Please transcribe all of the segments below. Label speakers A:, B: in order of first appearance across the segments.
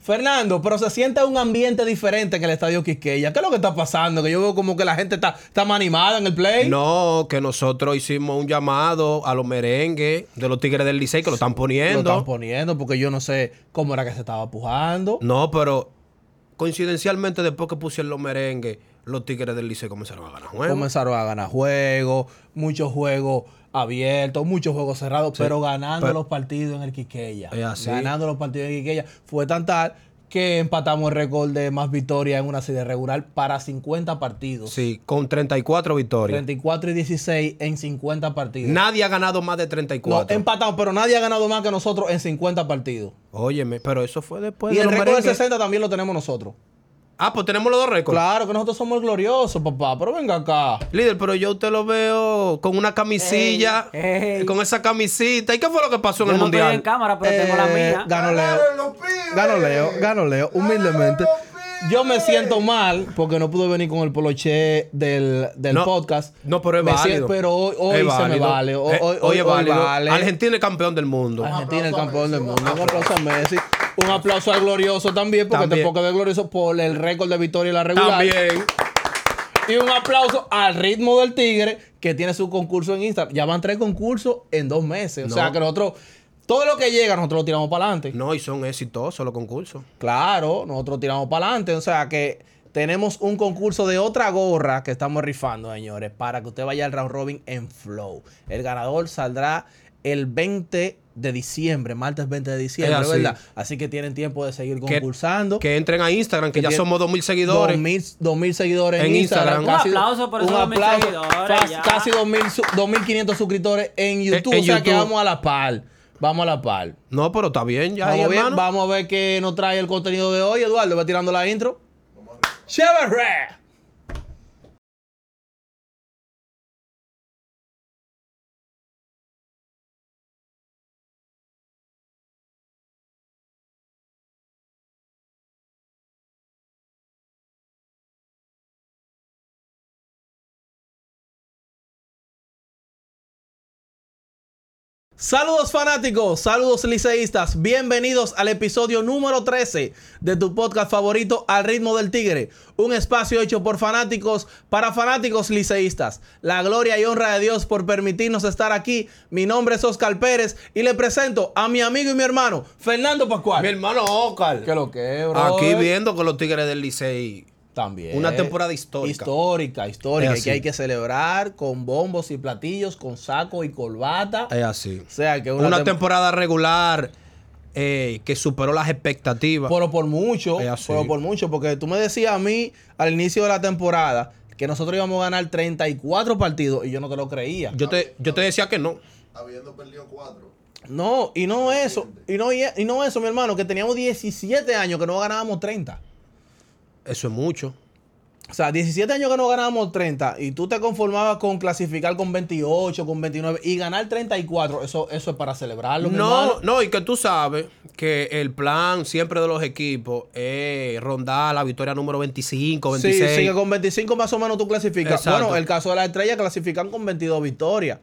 A: Fernando, pero se siente un ambiente diferente en el estadio Quisqueya. ¿Qué es lo que está pasando? Que yo veo como que la gente está, está más animada en el play.
B: No, que nosotros hicimos un llamado a los merengues de los Tigres del Licey que lo están
A: Lo
B: poniendo.
A: están poniendo porque yo no sé cómo era que se estaba pujando.
B: No, pero coincidencialmente después que pusieron los merengues, los Tigres del Licey comenzaron a ganar juegos.
A: Comenzaron a ganar juegos, muchos juegos abiertos, muchos juegos cerrados, pero ganando
B: Pero-
A: los partidos en el Quisqueya.
B: Es así.
A: Ganando los partidos en el Quisqueya. Fue tan tal que empatamos el récord de más victorias en una serie regular para 50 partidos.
B: Sí, con 34 victorias.
A: 34 y 16 en 50 partidos.
B: Nadie ha ganado más de
A: No, em-
B: 34.
A: empatamos, pero nadie ha ganado más que nosotros en 50 partidos.
B: Óyeme, pero eso fue después
A: Y
B: de
A: el
B: los
A: récord de
B: merengues.
A: 60 también lo tenemos nosotros.
B: Ah, pues tenemos los dos récords.
A: Claro que nosotros somos gloriosos, papá, pero venga acá.
B: Líder, pero yo te lo veo con una camisilla,
C: Ey, ey.
B: con esa camisita. ¿Y qué fue lo que pasó en
C: Yo
B: el
C: no estoy
B: mundial?
C: en cámara, pero tengo la
A: Eh,
C: mía.
A: Ganó Leo. Gano Leo, gano Leo, humildemente. Yo me siento mal porque no pude venir con el poloche del, del
B: No,
A: podcast.
B: No, pero es
A: Me
B: válido.
A: sien- pero hoy, hoy
B: Es
A: se me
B: válido.
A: vale. Hoy,
B: Eh,
A: hoy,
B: hoy es
A: hoy
B: válido.
A: vale.
B: Argentina es campeón del mundo.
A: Argentina el
D: aplauso a
A: campeón del
D: Messi,
A: mundo. Un aplauso a Messi. Un aplauso al glorioso también, porque
B: También.
A: tampoco es glorioso por el récord de victoria y la regular.
B: También.
A: Y un aplauso al ritmo del Tigre que tiene su concurso en Instagram. Ya van tres concursos en dos meses. O
B: No.
A: sea que nosotros, todo lo que llega, nosotros lo tiramos para adelante.
B: No, y son exitosos los concursos.
A: Claro, nosotros tiramos para adelante. O sea que tenemos un concurso de otra gorra que estamos rifando, señores, para que usted vaya al round robin en flow. El ganador saldrá el 20 de diciembre, martes 20 de diciembre,
B: Es así.
A: ¿verdad? Así que tienen tiempo de seguir
B: Que-
A: concursando.
B: Que entren a Instagram, que
A: Que
B: ya
A: tiene-
B: somos 2.000 seguidores.
A: 2000 2000 seguidores en,
B: En
A: Instagram.
B: Instagram.
A: Casi-
C: Un aplauso por esos 2000 seguidores,
A: Fas-
C: ya.
A: Casi 2000 su- 2500 suscriptores en YouTube.
B: en
A: o sea que
B: YouTube.
A: vamos a la par. Vamos a la par.
B: No, pero está bien ya, ahí,
A: Vamos, bien,
B: hermano.
A: vamos a ver qué nos trae el contenido de hoy. Eduardo, va tirando la intro. Chevrolet. Saludos fanáticos, saludos liceístas, bienvenidos al episodio número 13 de tu podcast favorito Al ritmo del tigre, un espacio hecho por fanáticos para fanáticos liceístas. La gloria y honra de Dios por permitirnos estar aquí. Mi nombre es Oscar Pérez y le presento a mi amigo y mi hermano Fernando Pascual.
B: Mi hermano Oscar.
A: ¿Qué lo que, bro?
B: Aquí viendo con los Tigres del Licey.
A: También.
B: Una temporada histórica.
A: Histórica, histórica,
B: Es
A: y que
B: así.
A: hay que celebrar con bombos y platillos, con saco y corbata.
B: Es así.
A: o sea, que
B: Eh. Una,
A: una, temporada
B: temporada regular eh, que superó las expectativas.
A: Pero por mucho,
B: Es así.
A: pero por mucho, porque tú me decías a mí al inicio de la temporada que nosotros íbamos a ganar 34 partidos y yo no te lo creía.
B: Yo te, yo te decía que no.
D: Habiendo perdido cuatro.
A: No, y no eso, y no, y y no eso, mi hermano, que teníamos 17 años que no ganábamos 30.
B: Eso es mucho.
A: O sea, 17 años que no ganábamos 30 y tú te conformabas con clasificar con 28, con 29 y ganar 34, eso, eso es para celebrarlo. mi
B: No,
A: hermano.
B: no, y que tú sabes que el plan siempre de los equipos es rondar la victoria número 25,
A: Sí,
B: 26.
A: sí, que con 25 más o menos tú clasificas.
B: Exacto.
A: Bueno, el caso de la estrella clasifican con 22 victorias.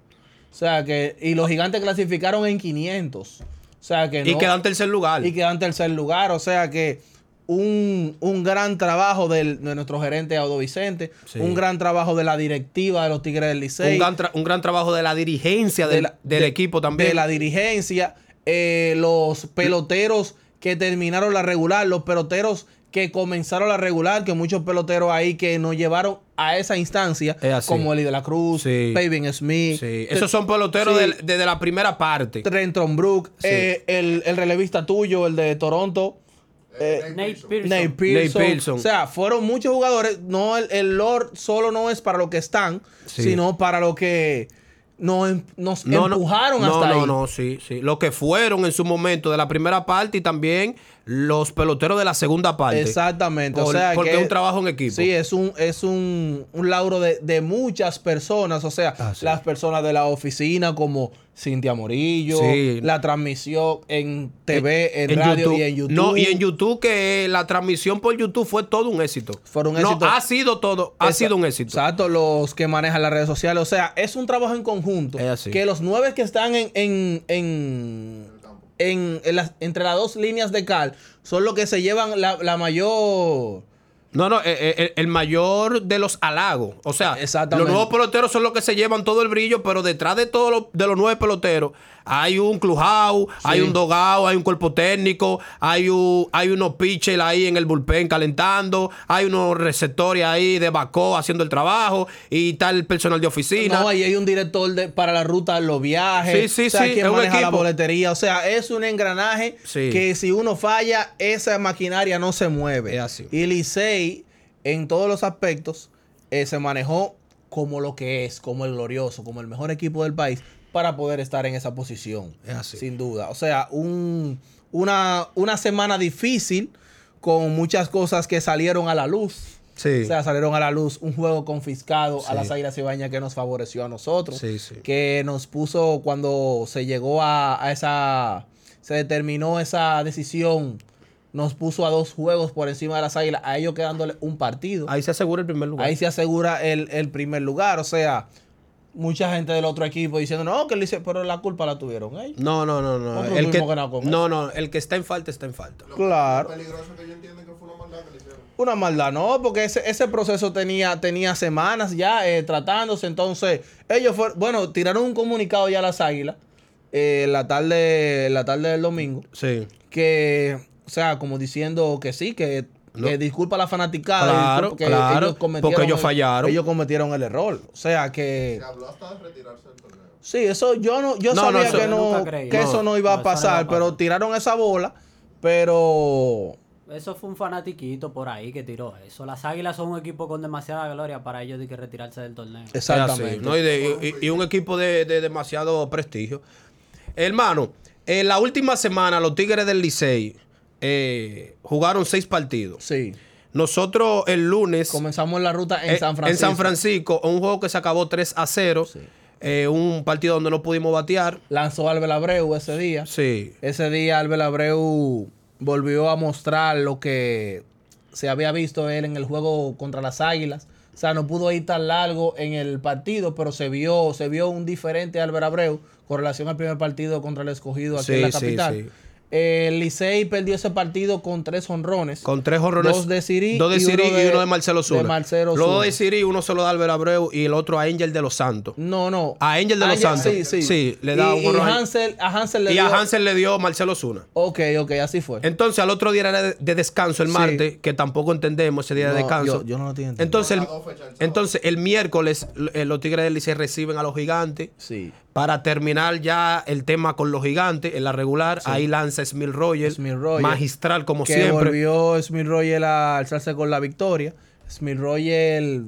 A: O sea que. Y los gigantes clasificaron en 500. O sea que.
B: y
A: no-
B: quedan tercer lugar.
A: y quedan tercer lugar. O sea que. Un, un gran trabajo del- de nuestro gerente Audo Vicente.
B: Sí.
A: Un gran trabajo de la directiva de los Tigres del Licey.
B: un, gran tra- un gran trabajo de la dirigencia
A: de
B: del,
A: la-
B: del
A: de-
B: equipo también.
A: De la dirigencia, eh, los peloteros que terminaron la regular, los peloteros que comenzaron la regular, que muchos peloteros ahí que nos llevaron a esa instancia,
B: Es así.
A: como Eli de la Cruz,
B: Sí.
A: Pavin Smith,
B: Sí, Esos son peloteros
A: Sí.
B: del- desde la primera parte.
A: Trenton Brook,
B: Sí.
A: eh, el, el relevista tuyo, el de Toronto. eh,
C: Nate Pearson.
A: Nate Pearson.
B: Nate Pearson.
A: O sea, fueron muchos jugadores. No, el, el Lord solo no es para lo que están,
B: Sí.
A: sino para lo que nos, em- nos empujaron
B: no,
A: hasta
B: no,
A: ahí.
B: no, sí, sí. Los que fueron en su momento de la primera parte y también los peloteros de la segunda parte.
A: Exactamente. o
B: Por-
A: sea,
B: porque
A: que-
B: es un trabajo en equipo.
A: Sí, es un, es un, un lauro de, de muchas personas. O sea,
B: Ah, sí.
A: las personas de la oficina como Cintia Morillo,
B: Sí.
A: la transmisión en TV, en, radio y en YouTube.
B: No, y en YouTube que la transmisión por YouTube fue todo un éxito.
A: Fue un éxito.
B: No, ha sido todo, ha
A: Esa-
B: sido un éxito.
A: Exacto, los que manejan las redes sociales. O sea, es un trabajo en conjunto.
B: Es así.
A: Que los nueve que están en, en, en,
D: en el campo.
A: en, en las- entre las dos líneas de cal son los que se llevan la, la mayor.
B: No, no, eh, eh, el, el mayor de los halagos. O sea,
A: Exactamente.
B: los nuevos peloteros son los que se llevan todo el brillo, pero detrás de todos los- de los nueve peloteros hay un clubhouse, hay un dogao, hay un cuerpo técnico, hay, un- hay unos pitchers ahí en el bullpen calentando, hay unos receptores ahí de bacó haciendo el trabajo y tal personal de oficina.
A: No, ahí hay un director de- para la ruta, los viajes.
B: Sí, sí,
A: o sea,
B: sí,
A: quien
B: es un
A: maneja la
B: equipo.
A: boletería. O sea, es un engranaje
B: Sí.
A: que si uno falla, esa maquinaria no se mueve.
B: Es así.
A: Y Licey, en todos los aspectos, eh, se manejó como lo que es, como el glorioso, como el mejor equipo del país para poder estar en esa posición.
B: Es así.
A: Sin duda. O sea, un- una, una semana difícil con muchas cosas que salieron a la luz.
B: Sí.
A: O sea, salieron a la luz un juego confiscado a
B: Sí.
A: las Águilas Ibañas que nos favoreció a nosotros.
B: Sí, sí.
A: Que nos puso cuando se llegó a, a esa. Se determinó esa decisión. Nos puso a dos juegos por encima de las Águilas. A ellos quedándole un partido. Ahí,
B: Ahí se asegura el primer lugar.
A: se asegura el, el primer lugar. O sea, mucha gente del otro equipo diciendo, no, que le hice, pero la culpa la tuvieron ellos.
B: No, no, no, no.
A: Nosotros
B: El que,
A: tuvimos que ganar con
B: no, no, el que está en falta está en falta.
D: Lo-
A: Claro.
D: Lo peligroso que yo entiendo es que fue una maldad que le hicieron.
A: Una maldad, no, porque ese, ese proceso tenía, tenía semanas ya eh, tratándose. Entonces, ellos fueron, bueno, tiraron un comunicado ya a las águilas eh, la, tarde, la tarde del domingo.
B: Sí.
A: Que, o sea, como diciendo que sí, que,
B: No.
A: que disculpa a la fanaticada.
B: Claro,
A: disculpa,
B: claro, porque ellos
A: el-
B: fallaron.
A: ellos cometieron el error. O sea, que.
D: Se habló hasta de retirarse del torneo.
A: Sí, eso yo no, yo
B: No,
A: sabía
B: no, eso-
A: que, no,
C: Nunca creí.
A: que
C: No,
A: eso no iba
C: no,
A: a
C: eso no iba a
A: pasar,
C: pasar.
A: pero tiraron esa bola, pero.
C: Eso fue un fanatiquito por ahí que tiró eso. Las Águilas son un equipo con demasiada gloria para ellos de que retirarse del torneo.
A: Exactamente.
B: Es así, ¿no? y, de- y- y un equipo de, de demasiado prestigio. Hermano, en la última semana los Tigres del Licey eh, jugaron seis partidos.
A: Sí.
B: Nosotros el lunes
A: Comenzamos la ruta en
B: eh,
A: San Francisco.
B: Francisco, un juego que se acabó 3 a 0.
A: Sí.
B: eh, un partido donde no pudimos batear.
A: Lanzó Albel Abreu ese día.
B: Sí.
A: Ese día Albel Abreu volvió a mostrar lo que se había visto él en el juego contra las Águilas. O sea, no pudo ir tan largo en el partido, pero se vio, se vio un diferente Albel Abreu con relación al primer partido contra el escogido aquí
B: Sí,
A: en la
B: sí,
A: capital.
B: sí.
A: El Licey perdió ese partido con tres honrones.
B: Con tres horrores.
A: Dos de Siri
B: dos de
A: y
B: Siri
A: uno de-
B: y uno de Marcelo Zuna.
A: de Marcelo
B: Los dos
A: Zuna.
B: de Siri, uno solo da Albert Abreu y el otro a Angel de los Santos.
A: No, no.
B: A Angel de los Santos.
A: Sí, sí.
B: Sí, le da
A: y,
B: un honor
A: y
B: a-
A: Hansel, a Hansel le
B: Y
A: dio-
B: a Hansel le dio Marcelo Zuna.
A: Ok, ok, así fue.
B: Entonces, al otro día era de- de descanso, el
A: Sí.
B: martes, que tampoco entendemos ese día
A: No,
B: de descanso.
A: yo- yo no lo estoy entendiendo.
B: Entonces,
D: Ahora dos fechas el
B: el,
D: sábado.
B: entonces, el miércoles, l- eh, los Tigres del Licey reciben a los gigantes.
A: Sí.
B: Para terminar ya el tema con los gigantes, en la regular, ahí lanza Smith Rogers,
A: Smith Roger,
B: magistral como
A: que
B: siempre.
A: volvió Smith Royal a alzarse con la victoria. Smith Royal,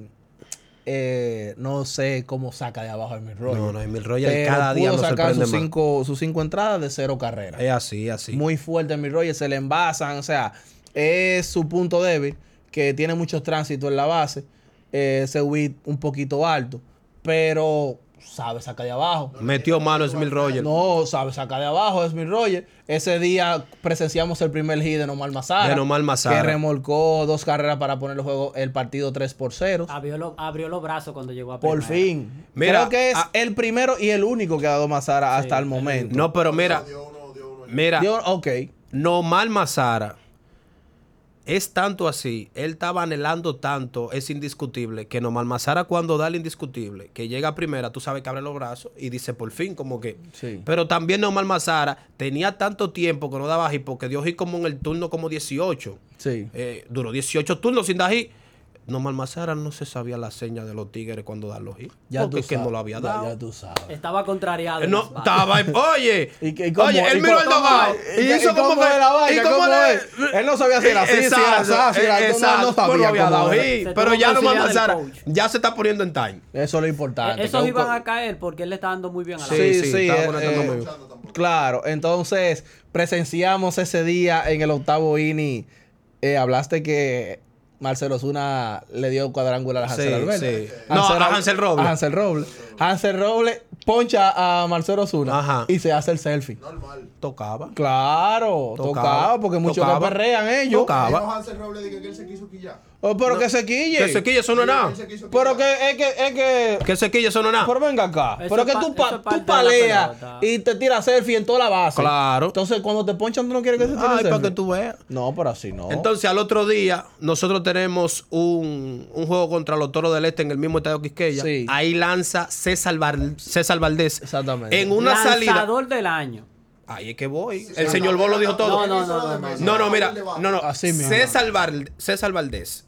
A: eh, no sé cómo saca de abajo a Smith Royal.
B: No, no, Smith Royal
A: Pero
B: cada día
A: pudo
B: nos
A: sacar
B: sorprende
A: sus
B: más.
A: cinco, sus cinco entradas de cero carreras.
B: Es así, es así.
A: Muy fuerte Smith Royal, se le envasan, o sea, es su punto débil, que tiene muchos tránsitos en la base, eh, ese whip un poquito alto, pero sabe sacar de abajo.
B: Metió mano Smith Rogers.
A: No, sabe, saca de abajo Smith Roger. Ese día presenciamos el primer hit de Nomar Mazara.
B: De Nomar Mazara.
A: Que remolcó dos carreras para poner el juego el partido 3 por 0.
C: Abrió, lo- abrió los brazos cuando llegó a
A: por
C: primera.
A: fin.
B: Mira,
A: Creo que es
B: ah-
A: el primero y el único que ha dado Mazara hasta el momento.
B: No, pero mira,
D: Dio uno, dio uno.
B: mira,
A: Yo- ok.
B: Nomar Mazara es tanto así, él estaba anhelando tanto, es indiscutible, que Nomar Mazara cuando da el indiscutible, que llega primera, tú sabes que abre los brazos y dice por fin, como que.
A: Sí.
B: Pero también Nomar Mazara tenía tanto tiempo que no daba hit porque dio hit como en el turno como 18.
A: Sí.
B: Eh, duró 18 turnos sin dar hit. Nomar Mazara no se sabía la seña de los tigres cuando dan los hit. porque es que no lo había
A: ya-
B: dado.
A: Ya, tú sabes.
C: Estaba contrariado. en
B: Eh, No,
C: los bates.
B: estaba. Oye,
A: ¿Y qué- y cómo-
B: oye,
A: y
B: él miró
A: cómo-
B: al dogado.
A: ¿Y,
B: Y hizo como
A: cómo
B: que.
A: es la vaina?
B: y cómo
A: ¿Cómo
B: le-
A: es? Él no sabía si era así, si era
B: Exacto,
A: así, si era- no, no, no
B: exacto,
A: sabía
B: no había
A: cómo
B: dado
A: era.
B: hit,
C: Se
B: Pero
C: tuvo
B: ya no
C: auxiliar del
B: Mazara
C: coach.
B: ya se está poniendo en time.
A: Eso es lo importante.
C: Eh, Esos
A: que-
C: iban a caer porque él le está dando muy bien a la
A: Sí,
B: Sí,
A: sí,
B: sí, estaba
A: eh,
B: conectando
A: eh,
B: muy bien.
A: Claro, entonces presenciamos ese día en el octavo inning. eh, hablaste que Marcelo Zuna le dio cuadrangular a Hansel
B: Sí,
A: Albert.
B: sí. No, a Hansel Robles.
A: a Hansel Robles. Hansel Robles poncha a Marcelo Osuna
B: Ajá.
A: y se hace el selfie.
D: Normal.
B: Tocaba.
A: Claro, tocaba, porque muchos que
B: tocaba,
A: perrean ellos.
B: tocaba. Ah, va.
D: Dijo Hansel Robles dije que él se quiso quillar.
A: Oh, pero que se quille.
B: Que se quille, eso no es
D: Él
B: nada.
D: se quiso
A: Pero
D: quillar.
A: que es que es que
B: Que se quille, eso no es nada.
A: pero venga acá,
C: Eso
A: pero que
C: pa-
A: tú, pa-
C: eso es parte
A: tú
C: de la
A: paleas
C: pelota.
A: y te tiras selfie en toda la base.
B: Claro.
A: Entonces cuando te ponchan tú no quieres que se tire
B: Ay,
A: selfie.
B: para que tú veas.
A: No, pero así no.
B: Entonces, al otro día, nosotros tenemos un, un juego contra los Toros del Este en el mismo estadio Quisqueya.
A: Sí.
B: Ahí lanza César, Val- César Valdés.
A: Exactamente.
B: En una salida.
C: Lanzador del año.
B: Ahí es que voy.
D: Sí,
B: El
D: sí,
B: señor
D: no,
B: Bolo
D: no,
B: dijo
D: no,
B: todo.
C: No, no, no,
D: eso
C: no,
D: de
C: no,
D: Messi,
B: No, no, mira,
D: él le va.
B: no, no.
A: Así mismo.
B: César, Val- César Valdés,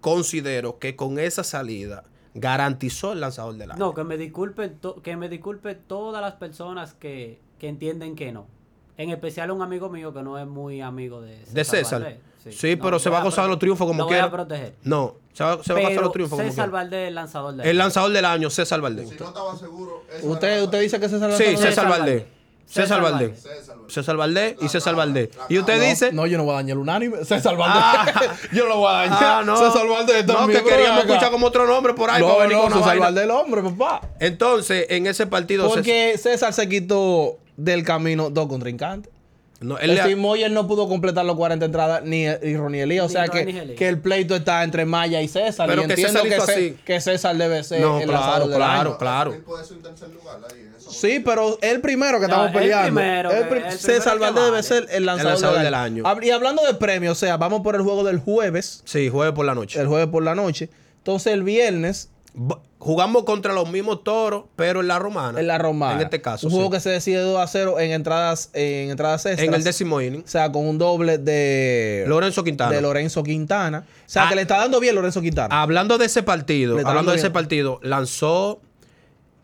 B: considero que con esa salida garantizó el lanzador del año.
C: No, que me disculpen, to- que me disculpen todas las personas que, que entienden que no. En especial un amigo mío que no es muy amigo de César.
B: de César.
C: Valdés.
B: Sí,
C: No,
B: pero
C: lo
B: se
C: voy
B: va a gozar
C: prote-
B: los triunfos como
C: lo
B: quiera.
C: Voy a proteger.
B: No, se va, se va a gozar los
C: Pero
B: triunfos como
C: César
B: quiera.
C: Valdés, el lanzador del
B: El
C: año.
B: lanzador del año, César Valdés.
D: Si no estaba seguro. esa
A: usted
D: era-
A: usted dice que César
B: Sí,
A: Lanzador-
B: César
C: César
B: Valdés.
C: Valdés.
B: César
C: César
B: Valdés.
D: César, ¿verdad?
B: César Valdés y
D: La
B: César
D: cara,
B: Valdés.
D: la
B: Y usted
D: cara.
A: No,
B: dice.
A: No, yo no voy a dañar el unánime. César Valdés.
B: Ah.
A: yo no lo voy a dañar.
B: Ah, no.
A: César Valdés está
B: No,
A: en mi
B: que queríamos
A: programa.
B: escuchar como otro nombre por ahí. para
A: No,
B: venir con
A: no,
B: una
A: César
B: vaina.
A: Valdés el hombre, papá.
B: Entonces, en ese partido. César-
A: Porque César se quitó del camino dos contrincantes.
B: no, él
A: El
B: le-
A: Steve Moyer no pudo completar los 40 entradas ni, ni Ronnie Elías. O
C: Ni
A: sea
C: Ronnie
A: que,
C: Elías.
A: que el pleito está entre Maya y César.
B: Pero
A: y
B: que
A: entiendo
B: César hizo
A: que, Cé-
B: así.
A: que César debe ser.
B: No,
A: el
B: claro,
A: lanzador del
B: claro.
A: año.
D: Él puede ser un tercer lugar ahí en esa
A: Sí, pero el primero que
C: No,
A: estamos
C: el
A: peleando.
C: primero,
A: el
C: que-
A: pri-
C: el primero
A: César
C: que
A: Valdés
C: vale.
A: debe ser el lanzador,
B: lanzador
A: del
B: del
A: año.
B: año.
A: Hab- Y hablando de premios, o sea, vamos por el juego del jueves,
B: Sí, jueves por la noche.
A: el jueves por la noche. Entonces el viernes
B: B- Jugamos contra los mismos toros, pero en la romana.
A: en la Romana.
B: En este caso.
A: Un juego
B: sí.
A: que se decide 2 a 0 en entradas, en entradas extras.
B: en el décimo inning.
A: O sea, con un doble de.
B: Lorenzo Quintana.
A: de Lorenzo Quintana. O sea,
B: Ah.
A: que le está dando bien Lorenzo Quintana.
B: Hablando de ese partido,
A: Le está
B: hablando de
A: dando
B: ese
A: bien.
B: partido, lanzó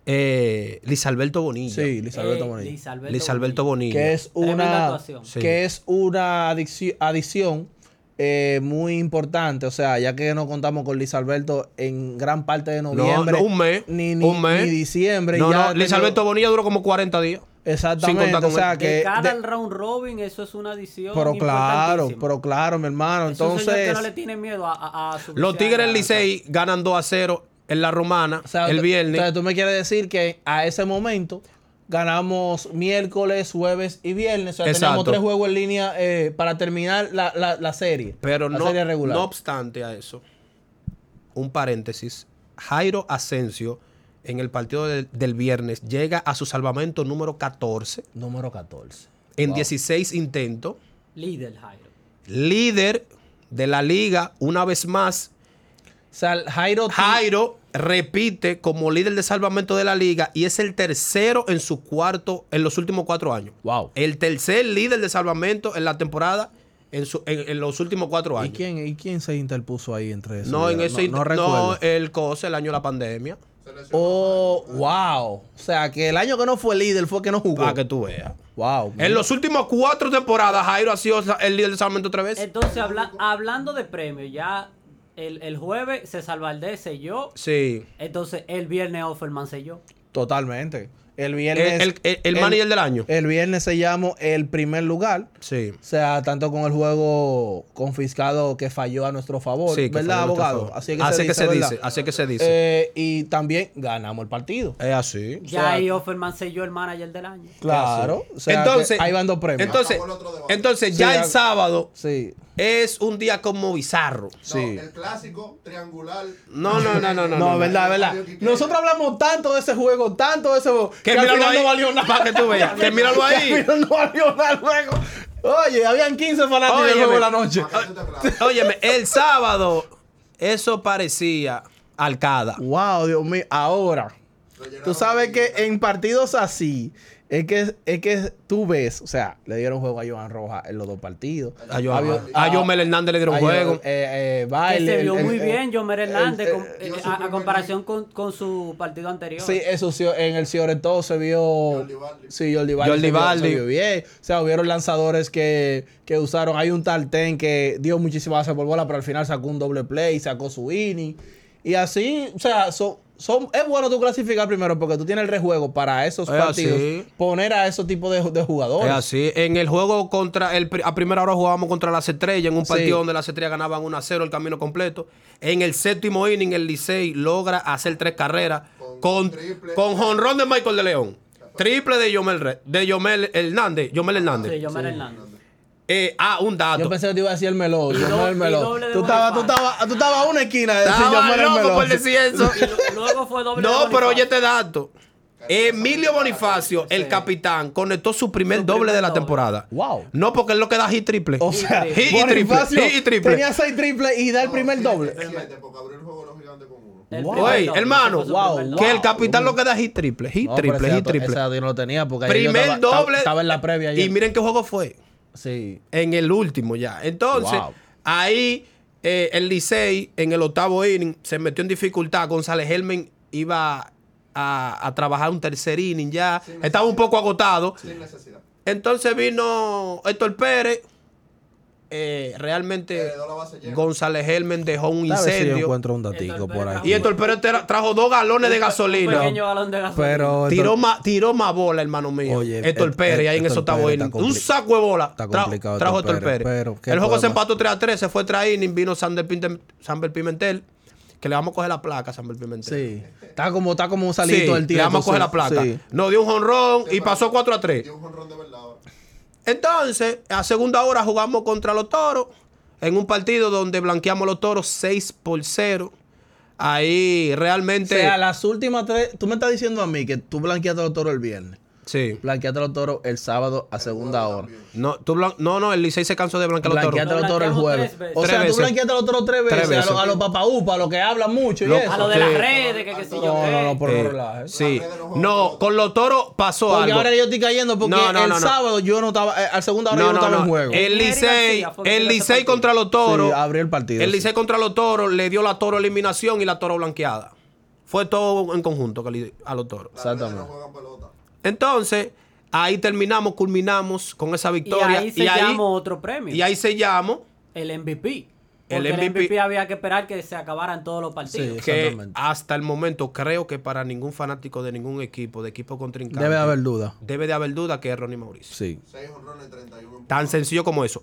B: eh, Lisalberto Bonilla.
A: sí, Luis Alberto
C: Eh,
A: Bonilla.
C: Luis Alberto
B: Lisalberto
C: Bonilla.
B: Bonilla.
A: Que es
C: Tremenda
A: una,
C: actuación.
B: Sí.
A: que es una adicci- adición eh, muy importante. O sea, ya que no contamos con Luis Alberto en gran parte de noviembre.
B: no, un mes,
A: Ni, ni-
B: un mes.
A: ni diciembre.
B: No,
A: ya
B: no,
A: ha
B: Luis
A: tenido-
B: Alberto Bonilla duró como 40 días. sin
A: Exactamente.
B: contar
A: O
B: con
A: sea,
B: él.
A: que.
C: De cara
A: de-
C: al round robin, eso es una adición.
A: pero claro,
C: importantísima.
A: pero claro, mi hermano.
C: Esos señores
A: Entonces.
C: que no le tienen miedo a, a- a subirse
B: Los Tigres
C: a la-
B: Licey ganan 2 a 0 en la Romana
A: O sea,
B: el
A: tú-
B: viernes.
A: O sea, tú me quieres decir que a ese momento ganamos miércoles, jueves y viernes. O sea, tenemos
B: Exacto.
A: tres juegos en línea eh, para terminar la, la- la serie.
B: pero
A: la
B: no,
A: serie regular.
B: no obstante a eso, un paréntesis, Jairo Asensio en el partido de- del viernes llega a su salvamento número 14
A: Número 14.
B: en 16 intentos.
C: Líder, Jairo.
B: líder de la liga una vez más.
A: O sea, el Jairo. ti-
B: Jairo repite como líder de salvamento de la liga y es el tercero en su cuarto, en los últimos cuatro años.
A: Wow.
B: El tercer líder de salvamento en la temporada en, su- en- en los últimos cuatro
A: ¿Y
B: años.
A: quién, ¿Y quién se interpuso ahí entre esos?
B: No, en
A: Ya,
B: ese
A: No,
B: no,
A: recuerdo.
B: el COSE, el año de la pandemia.
A: Oh, wow. O sea, que el año que no fue líder fue que no jugó.
B: Para Ah, que tú veas.
A: Wow.
B: En los últimos cuatro temporadas, Jairo ha sido sa- el líder de salvamento tres veces.
C: Entonces, habla- hablando de premios, ya el, el jueves César Valdés selló.
B: Sí.
C: Entonces, el viernes Offerman selló.
A: Totalmente. El
B: El,
A: viernes.
B: el- el- el manager del año.
A: El viernes se llamó el primer lugar.
B: Sí.
A: O sea, tanto con el juego confiscado que falló a nuestro favor,
B: Sí, que fue
A: ¿verdad,
B: a nuestro
A: abogado?
B: favor.
A: Así es que
B: Así
A: se
B: es que
A: dice,
B: se
A: ¿verdad?
B: dice. Así es que se dice.
A: Eh, y también ganamos el partido.
B: Es así.
C: Ya
A: sea-
C: ahí Offerman selló el manager del año.
A: Claro. O sea,
B: entonces,
A: que ahí van dos premios.
B: Entonces,
D: Acabó el otro debate.
B: entonces
A: Sí,
B: ya
A: ya-
B: el sábado
A: sí.
B: es un día como bizarro.
A: sí.
D: El clásico, triangular.
B: No, no, no, no, no.
A: No, verdad, verdad. Nosotros hablamos tanto de ese juego, tanto de ese juego,
B: Que
A: que al
B: míralo
A: final
B: ahí,
A: no valió nada.
B: para que tú veas, que míralo ahí.
A: Que al final no valió nada el juego. Oye, habían 15 fanáticos del
B: Óyeme.
A: juego de la noche.
D: Para que tú te aclares.
B: Óyeme, el sábado eso parecía Alcada.
A: Wow, Dios mío. Ahora,
D: Rellenaron
A: tú sabes
D: ahí.
A: que en partidos así, es que, es que tú ves, o sea, le dieron juego a Johan Rojas en los dos partidos.
B: A Joan,
A: a-
B: a Jomel Hernández le dieron
A: a-
B: juego.
A: eh, eh,
C: Que
A: Baile,
C: se
A: el-
C: vio
A: el-
C: muy
A: el-
C: bien Jomer Hernández
A: el-
C: con-
A: el-
C: eh,
D: Yo
C: a, a
D: supe
C: comparación con, con su partido anterior.
A: Sí, eso sí, en el Ciore todo se vio.
D: Jordi Baldi.
A: Sí, Jordi Baldi.
B: Jordi
A: se vio- se
B: Baldi.
A: vio bien. O sea, hubieron lanzadores que, que usaron. Hay un tal Ten que dio muchísimas bases por bola, pero al final sacó un doble play, sacó su inning. Y así, o sea, son, son, es bueno tú clasificar primero porque tú tienes el rejuego para esos
B: Es
A: partidos.
B: así.
A: Poner a esos tipos de, de
B: Es
A: jugadores.
B: así. En el juego contra el pri- a primera hora jugábamos contra las estrellas en un
A: Sí.
B: partido donde las estrellas ganaban 1 a 0 el camino completo. En el séptimo inning el Licey logra hacer tres carreras
D: Con
B: con,
D: Triple.
B: con jonrón de Michael de León, triple de Yomel, Re- de Yomel Hernández, Yomel Hernández.
C: Sí, Yomel Hernández.
B: Eh, ah, un
A: Yo
B: dato.
A: pensé que te iba a decir el melón. Yo no
C: doble-
A: el
C: y
A: melón.
C: doble de
A: Tú estabas tú
C: Bonifaz.
A: estabas- tú estabas a una esquina de decir yo
B: Estaba
A: el
B: loco por
A: melón.
B: decir eso.
C: Y lo- Luego fue doble. de
B: No,
C: Bonifacio.
B: pero oye este dato.
D: Carlos
B: Emilio
D: Bonifacio.
B: Bonifacio, el
C: Sí.
B: capitán, conectó su primer
C: Su
B: doble
C: primer
B: de la
C: doble.
B: temporada.
A: Wow.
B: No, porque es lo que da hit triple.
A: O sea,
C: Y triple.
B: Hit y triple, hit y triple.
A: tenía seis triples y da el
D: No,
A: primer
D: siete,
A: doble.
D: siete, porque abrió el juego los gigantes con uno.
C: El
A: Wow.
C: primer
B: Oye,
C: doble,
B: hermano,
C: ese fue su
A: wow,
C: primer
A: wow.
B: que
C: doble.
B: el capitán lo que da es hit triple, hit
A: Uh. No, pero ese
B: triple, hit
A: dato-
B: triple.
A: Ese dato yo no lo tenía porque ayer yo
B: Primer
A: estaba- estaba-
B: doble.
A: Estaba en la previa ayer.
B: Y miren qué juego fue.
A: Sí.
B: En el último ya. Entonces,
A: Wow.
B: ahí eh, el Licey en el octavo inning se metió en dificultad. González Helmen iba a, a trabajar un tercer inning ya.
D: Sí,
B: Estaba un
D: necesidad.
B: poco agotado.
D: Sin necesidad.
B: Entonces vino Héctor Pérez. Eh, realmente
D: Heredó la base llena.
B: González Helmen dejó un
A: A ver si yo
B: incendio.
A: encuentro un datico
C: Entonces,
A: por
C: pero-
A: aquí.
B: Y Héctor Pérez tra- trajo dos galones de
C: Un
B: gasolina.
C: pequeño galón de gasolina.
A: Pero
B: Tiró más, tiró más bola, hermano mío.
A: Oye,
B: Héctor
A: Hé-
B: Pérez,
A: Hé-
B: ahí en
A: Héctor
B: ese octavo
A: Pérez está
B: inning. Un
A: compli-
B: saco de bola.
A: está
B: Tra-
A: complicado
B: trajo
A: Héctor
B: Héctor
A: Pérez,
B: Pérez.
A: pero, ¿qué
B: el juego se
A: podemos
B: empató 3 a 3, se fue 3 a inning, vino Sander Pintem- Samber Pimentel, que le vamos a coger la placa a Samber Pimentel.
A: Sí. Está como, está como un
B: Sí,
A: salito del
B: le
A: tiempo.
B: vamos a coger
A: sí,
B: la placa.
A: sí.
B: Nos dio un jonrón
D: Sí,
B: y pasó
D: pero-
B: 4 a 3.
D: Dio un jonrón de verdad ahora.
B: Entonces, a segunda hora jugamos contra los toros. En un partido donde blanqueamos los toros 6 por 0. Ahí
A: O
B: realmente.
A: sea, las últimas tres. Tú me estás diciendo a mí que tú blanqueaste a los toros el viernes.
B: sí.
A: Blanqueaste a los toros el sábado a segunda
D: juego
A: hora.
D: también.
B: No, tú blan- no, no, el Licey se cansó de blanquear los toros.
A: Blanqueaste a los
C: Lo
A: toros el
C: blanqueamos
A: jueves.
C: tres veces.
A: O
B: Tres
A: sea, tú
B: veces.
A: blanqueaste a los toros tres
B: Tres
A: veces. A,
B: veces.
A: los, a los papaupas, a los que hablan mucho y
B: Loco.
A: eso.
C: A lo de las
B: Sí.
C: redes, que, que si yo
A: No, no,
C: qué.
A: no, por
B: Eh,
A: no relajes.
B: Sí.
D: Las redes no juegan con
B: No,
D: los
B: con los toros pasó
A: Porque
B: algo.
A: ahora yo estoy cayendo porque
B: No, no,
A: el
B: no, no.
A: sábado yo no estaba, eh, al segundo hora yo
B: no,
A: no
B: no,
A: estaba en
B: no.
A: juego.
B: El
C: Neri
B: Licey,
C: García fue que
B: el
C: hizo ese
B: Licey
C: partido.
B: contra los toros.
A: Sí, abrió el partido,
B: El
A: sí.
B: Licey contra los toros le dio la toro eliminación y la toro blanqueada. Fue todo en conjunto que le- a los toros.
D: Las redes no
A: Exactamente.
D: juegan pelota.
B: Entonces, ahí terminamos, culminamos con esa
C: Y ahí
B: victoria.
C: se llamó otro premio.
B: y ahí sellamos
C: el MVP. Porque
B: El
C: el
B: MVP.
C: MVP. había que esperar que se acabaran todos los partidos.
A: Sí.
B: que
A: Exactamente.
B: hasta el momento creo que para ningún fanático de ningún equipo, de equipo contrincante,
A: Debe de haber duda.
B: debe de haber duda que es Ronnie Mauricio.
A: Sí.
D: Seis jonrones, 31 empujados.
B: Tan sencillo como eso.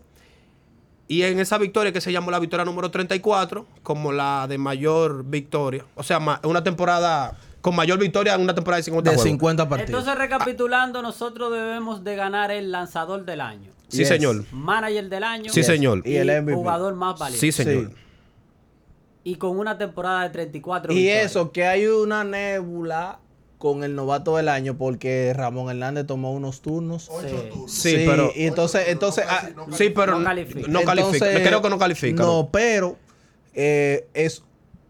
B: Y en esa victoria que se llamó la victoria número 34, como la de mayor victoria, o sea, ma- una temporada con mayor victoria en una temporada de 50
A: De
B: juegos.
A: 50 partidos.
C: Entonces, recapitulando, nosotros debemos de ganar el lanzador del año,
B: Sí,
A: Yes.
B: señor.
C: manager del año
B: Sí, señor.
A: Y el MVP.
C: jugador más valiente.
B: Sí, señor.
A: Sí.
C: Y con una temporada de 34
A: Y
C: victorias.
A: eso, que hay una nébula con el novato del año porque Ramón Hernández tomó unos turnos.
D: Ocho
C: Sí.
D: turnos.
B: Sí, pero-
A: Y entonces,
D: Ocho turnos,
A: entonces.
D: no
A: ah,
D: casi- no casi-
B: Sí, pero
C: No
B: no
C: califica.
B: califica. No
A: entonces-
B: Creo que no califica.
A: No,
B: ¿no?
A: pero eh, es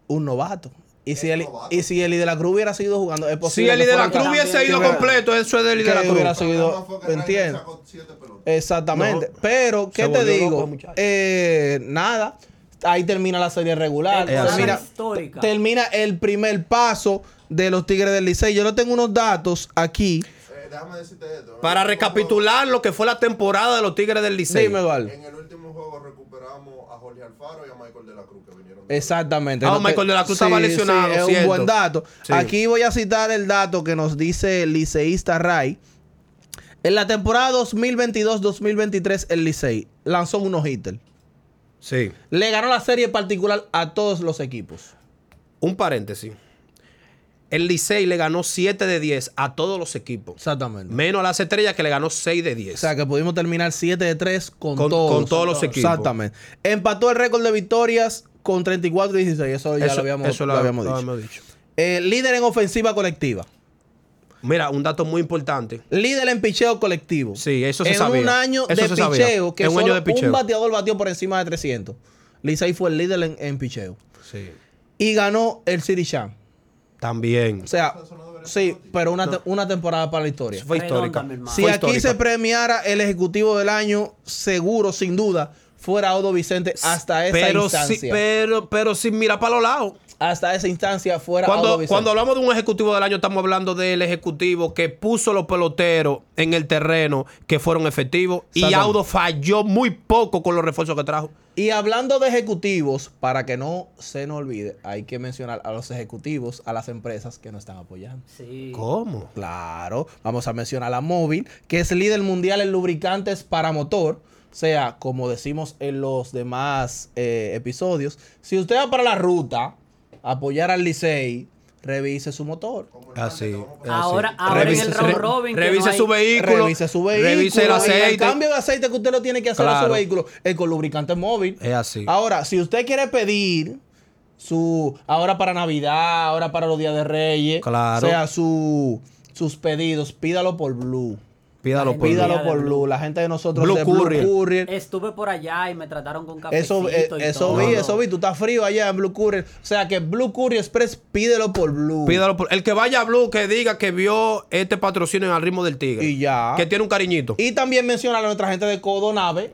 A: un novato. Y si,
D: Es
A: el,
D: novato.
A: y si Eli de la Cruz hubiera sido jugando, es
B: Si
A: posible.
B: el
A: que
B: de la
A: fuera
B: Cruz
A: que-
B: hubiese ido
A: que-
B: completo, eso es del de la
A: que
B: Cruz.
A: hubiera
D: El problema
A: seguido.
D: fue que
A: ¿Me
D: Rangers
A: entiendes? Eh,
D: sacó siete pelotas.
A: Exactamente.
B: No.
A: Pero, ¿qué
B: Se
A: te
B: volvió loco
A: digo?
B: el muchacho.
A: Eh, nada. Ahí termina la serie regular.
C: Eh,
B: Es así.
A: Termina,
C: Histórica.
A: termina el primer paso de los Tigres del Licey. Yo le tengo unos datos aquí.
D: Eh, déjame decirte esto.
B: Para
D: En el último
B: recapitular lo que fue la temporada de los Tigres del Licey.
A: Dime, Eduardo.
D: juego- En el último juego recuperamos a Jorge Alfaro y a Michael de la Cruz que vinieron. de-
A: Exactamente.
B: Ah,
A: No
B: Michael de la Cruz estaba lesionado,
A: es un
B: cierto.
A: buen dato.
B: Sí.
A: Aquí voy a citar el dato que nos dice el liceísta Ray. En la temporada 2022-2023, el Licey lanzó unos hitters.
B: Sí.
A: Le ganó la serie particular a todos los equipos.
B: Un paréntesis. El Licey le ganó 7 de 10 a todos los equipos.
A: Exactamente.
B: Menos a las estrellas que le ganó 6 de
A: O
B: 10.
A: sea, que pudimos terminar 7 de 3 con,
B: Con-
A: todos.
B: con todos los equipos.
A: Exactamente. Empató el récord de victorias con 34 y 16. Eso ya
B: eso
A: lo habíamos,
B: eso
A: lo habíamos dicho.
B: dicho.
A: Eh, líder en ofensiva colectiva.
B: Mira, un dato muy importante.
A: Líder en picheo colectivo.
B: Sí, eso se
A: en
B: sabía.
A: un año
B: Eso
A: de
B: se sabía.
A: picheo que
B: En un año
A: solo
B: de picheo.
A: un bateador batió por encima de 300. Licey fue el líder en, en picheo.
B: Sí.
A: Y ganó el City Champ.
B: También.
A: O sea,
D: Eso no debería ser
A: sí,
D: noticia.
A: pero una, te- una temporada para la historia.
B: Eso fue
C: Redonda,
B: histórica.
C: mi hermano.
A: Si
B: Fue
A: aquí
B: histórica.
A: se premiara el ejecutivo del año, seguro, sin duda, fuera Odo Vicente hasta esa
B: pero
A: instancia.
B: Sí, pero, pero sin mirar para los lados.
A: hasta esa instancia fuera Odo
B: Cuando,
A: Vicente.
B: cuando hablamos de un ejecutivo del año, estamos hablando del ejecutivo que puso los peloteros en el terreno que fueron efectivos. Y
A: Exactamente.
B: Audo falló muy poco con los refuerzos que trajo.
A: Y hablando de ejecutivos, para que no se nos olvide, hay que mencionar a los ejecutivos, a las empresas que nos están apoyando.
C: Sí.
B: ¿Cómo?
A: Claro, vamos a mencionar a Móvil, que es líder mundial en lubricantes para motor. O sea, como decimos en los demás eh, episodios, si usted va para la ruta, apoyar al Licey, revise su motor.
D: Como el
B: Así.
D: Marte, que vamos a-
C: Ahora, ahora
A: Revise
C: en el
A: su-
C: round
A: re-
C: robin. que
B: Revise
C: no hay-
B: su vehículo.
A: Revise su vehículo.
B: Revise el
A: y
B: aceite.
A: El cambio de aceite que usted lo tiene que hacer a
B: Claro. Eh.
A: su vehículo es con lubricante móvil.
B: Es así.
A: Ahora, si usted quiere pedir su. Ahora para Navidad, ahora para los días de Reyes.
B: Claro.
A: O sea, su, sus pedidos, pídalo por Blue.
B: Pídalo por
A: pídalo
C: Blue.
A: por Blue. La gente de nosotros
B: Blue
A: de Blue
B: Courier.
A: Courier.
C: Estuve por allá y me trataron con
A: Eso,
C: cafecito
A: eh,
C: y
A: eso
C: todo.
A: vi, eso vi. Tú estás frío allá en Blue Courier. O sea que Blue Courier Express, pídelo por Blue.
B: Pídalo por- el que vaya a Blue que diga que vio este patrocinio en Al ritmo del tigre.
A: Y ya.
B: Que tiene un cariñito.
A: Y también mencionar a nuestra gente de Codonave.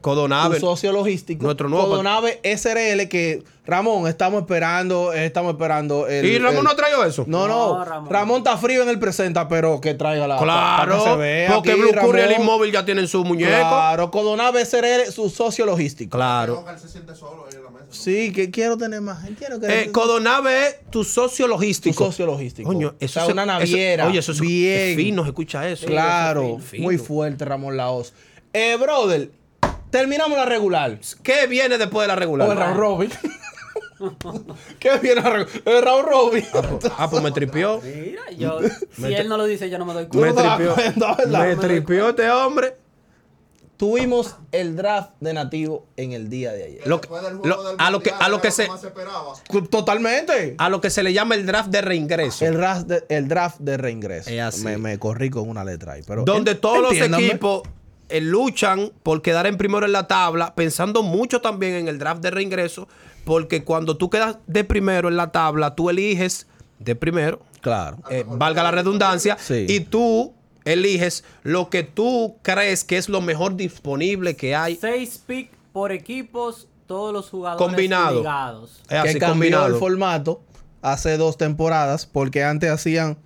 A: Tu
B: Codonave.
A: socio logístico.
B: Nuestro nuevo
A: Codonave SRL que, Ramón, estamos esperando, eh, estamos esperando. El,
B: ¿Y Ramón
A: el-
B: no ha traído eso?
A: No, no,
C: No, Ramón.
A: Ramón. está frío en el presenta, pero que traiga la. pa- pa que
B: Claro,
A: se vea
B: porque
A: aquí,
B: Blue Courier y el
A: Ramón.
B: inmóvil ya tienen su muñeco.
A: Claro, Codonave SRL, su socio logístico.
B: Claro.
D: Creo que él se siente solo ahí en la mesa. ¿no?
A: Sí, que quiero tener más. gente, Quiero que
B: Eh, Codonave es tu socio
A: tu
B: logístico.
A: socio logístico.
B: Coño,
A: O
B: eso
A: sea,
B: se-
A: una
B: eso-
A: naviera.
B: oye, eso es
A: bien.
B: es fino, se escucha eso.
A: Claro,
B: Eso es fino.
A: muy fuerte Ramón Laos. Eh, brother, terminamos la regular.
B: ¿Qué viene después de la
A: O el
B: regular?
A: round robin. ¿Qué viene la regu- El round robin.
B: Ah, pues me tripió.
C: Mira, yo, si él no lo dice, yo no me doy
A: Tú
B: Me
A: no te
C: cuenta.
A: das
B: tripió.
A: cuenta, ¿verdad?
B: Me tripió este hombre.
A: Tuvimos el draft de nativo en el día de ayer.
B: Lo-
D: Después del
B: lo-
D: juego del
B: a lo que,
D: Mundial,
B: a lo que
D: era
B: se,
D: más esperaba.
A: Totalmente.
B: a lo que se le llama el draft de reingreso.
A: El draft de, el draft de reingreso.
B: Es así.
A: Me, me corrí con una letra ahí. Pero
B: donde
A: en-
B: todos los
A: entiéndame.
B: equipos eh, luchan por quedar en primero en la tabla, pensando mucho también en el draft de reingreso, porque cuando tú quedas de primero en la tabla, tú eliges de primero,
A: Claro.
B: eh, valga la redundancia,
A: Sí.
B: y tú eliges lo que tú crees que es lo mejor disponible que hay.
C: Seis pick por equipos, todos los jugadores
B: Combinado.
C: ligados.
B: Es
A: que
B: eh, así,
A: cambió
B: combinado.
A: el formato hace dos temporadas porque antes hacían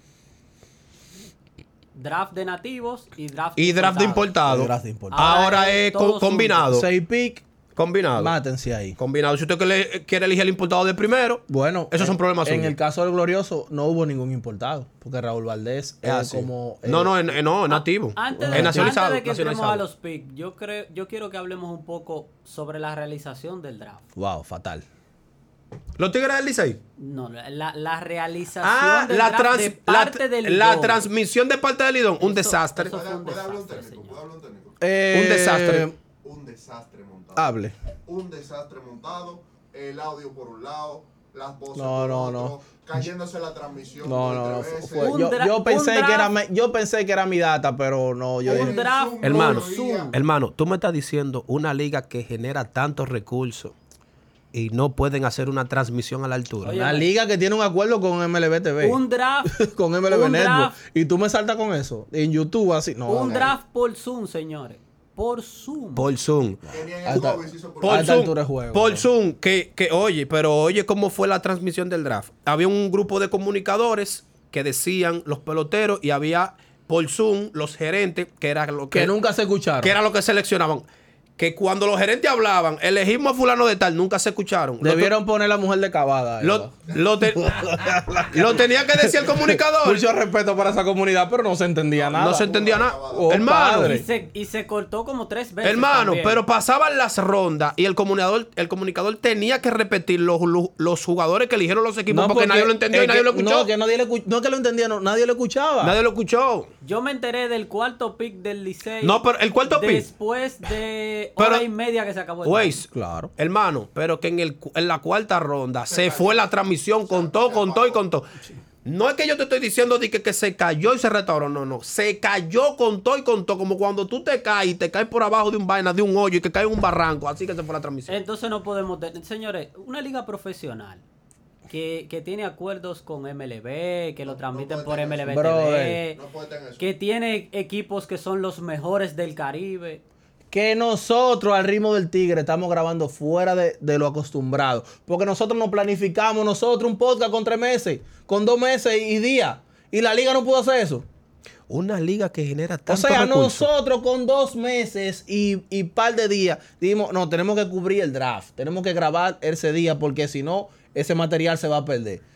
C: Draft de nativos y draft
B: y draft de importado.
A: El draft de importado.
B: Ahora
C: Ahora
B: es
C: es
B: co-
C: todos juntos.
B: combinado.
A: seis pick.
B: Combinado.
A: Mátense ahí.
B: Combinado. Si usted que le- quiere elegir el importado de primero,
A: Bueno,
B: esos son
A: en-
B: problemas
A: En
B: suyos.
A: el caso del Glorioso no hubo ningún importado porque Raúl Valdés
B: Es
A: era
B: así.
A: como. eh,
B: Ah, no, no, es, es- no, es nativo.
C: Ah, Antes de,
B: es nacionalizado.
C: antes de que entremos
B: nacionalizado.
C: a los picks, yo, creo, yo quiero que hablemos un poco sobre la realización del draft.
A: Wow, fatal.
B: Los Tigres del Licey.
C: No, la, la realización
B: Ah,
C: del
B: la,
C: draft
B: trans-
C: de
B: la-
C: parte del
B: la
C: Lidón.
B: transmisión de parte del Lidón. Un
C: Eso-
B: desastre.
C: eso-
D: Puede-
C: fue un
D: puede hablar un
C: desastre,
D: técnico,
C: señor.
D: puede hablar un técnico.
A: Eh,
B: desastre.
D: Un desastre montado.
A: Hable.
D: Un desastre montado. El audio por un lado. Las voces
A: No,
D: por
A: no,
D: otro,
A: no.
D: Cayéndose la transmisión.
A: No,
D: dos,
A: no, no.
D: tres veces.
A: fue-
C: Un
A: yo,
C: dra-
A: yo
C: un
A: pensé que era, me-
C: draft-
A: yo pensé que era mi data, pero no. Yo
D: Un
A: dije,
C: draft
D: Zoom,
B: Hermano.
D: por Zoom.
B: Hermano, tú me estás diciendo una liga que genera tantos recursos y no pueden hacer una transmisión a la altura.
C: Oye,
A: una liga que tiene un acuerdo con MLB TV.
C: Un draft,
A: con MLB
C: un
A: Network.
C: draft.
A: Y tú me saltas con eso. En YouTube así. No,
C: un
A: no.
C: draft por Zoom, señores. Por Zoom.
B: Por Zoom.
D: Tenía el
A: Hasta-
D: COVID, se hizo por-
A: A
B: Por
A: esta
B: Zoom,
A: altura de juego,
B: por
A: ¿no?
B: Zoom, que, que oye, pero oye cómo fue la transmisión del draft. Había un grupo de comunicadores que decían los peloteros y había por Zoom los gerentes, que era lo que,
A: Que nunca se escucharon.
B: que era lo que seleccionaban. Que cuando los gerentes hablaban, elegimos a fulano de tal, nunca se escucharon. Lo
A: Debieron poner la mujer de cavada.
B: te-
A: ahí,
B: Lo,
A: ¿verdad?
B: lo te- lo tenía que decir el comunicador.
A: Mucho respeto para esa comunidad, pero no se entendía nada.
B: No se entendía nada.
A: Oh,
B: hermano,
A: padre.
C: y, se, y se cortó como tres veces.
B: hermano,
C: también.
B: pero pasaban las rondas y el comunicador, el comunicador tenía que repetir los, los, los jugadores que eligieron los equipos porque, nadie lo entendió y
A: es
B: nadie
A: que-
B: lo escuchó.
A: No, que nadie lo escu- no es que lo entendía, no, nadie lo escuchaba.
B: Nadie lo escuchó.
C: Yo me enteré del cuarto pick del Licey.
B: No, pero el cuarto pick.
C: Después de hora
B: Pero-
C: y media que se acabó el
B: Weiss,
A: Claro.
B: Hermano, pero que en, el, cu- en la cuarta ronda se fue la transmisión con todo, con todo y con todo. No es que yo te estoy diciendo de que, que se cayó y se restauró, no, no. Se cayó con todo y con todo, como cuando tú te caes y te caes por abajo de un vaina, de un hoyo y que caes en un barranco. Así que se fue la transmisión.
C: Entonces no podemos tener, señores, una liga profesional que, que tiene acuerdos con MLB, que lo transmiten
D: no
C: por
D: puede tener
C: MLB
A: eso.
C: TV,
D: No puede tener eso.
C: que tiene equipos que son los mejores del Caribe.
A: Que nosotros al ritmo del tigre estamos grabando fuera de, de lo acostumbrado. Porque nosotros nos planificamos, nosotros un podcast con tres meses, con dos meses y, y día. Y la liga no pudo hacer eso.
B: Una liga que genera
A: O
B: tantos
A: sea,
B: recursos.
A: nosotros con dos meses y, y par de días, dijimos, no, tenemos que cubrir el draft, tenemos que grabar ese día porque si no, ese material se va a perder.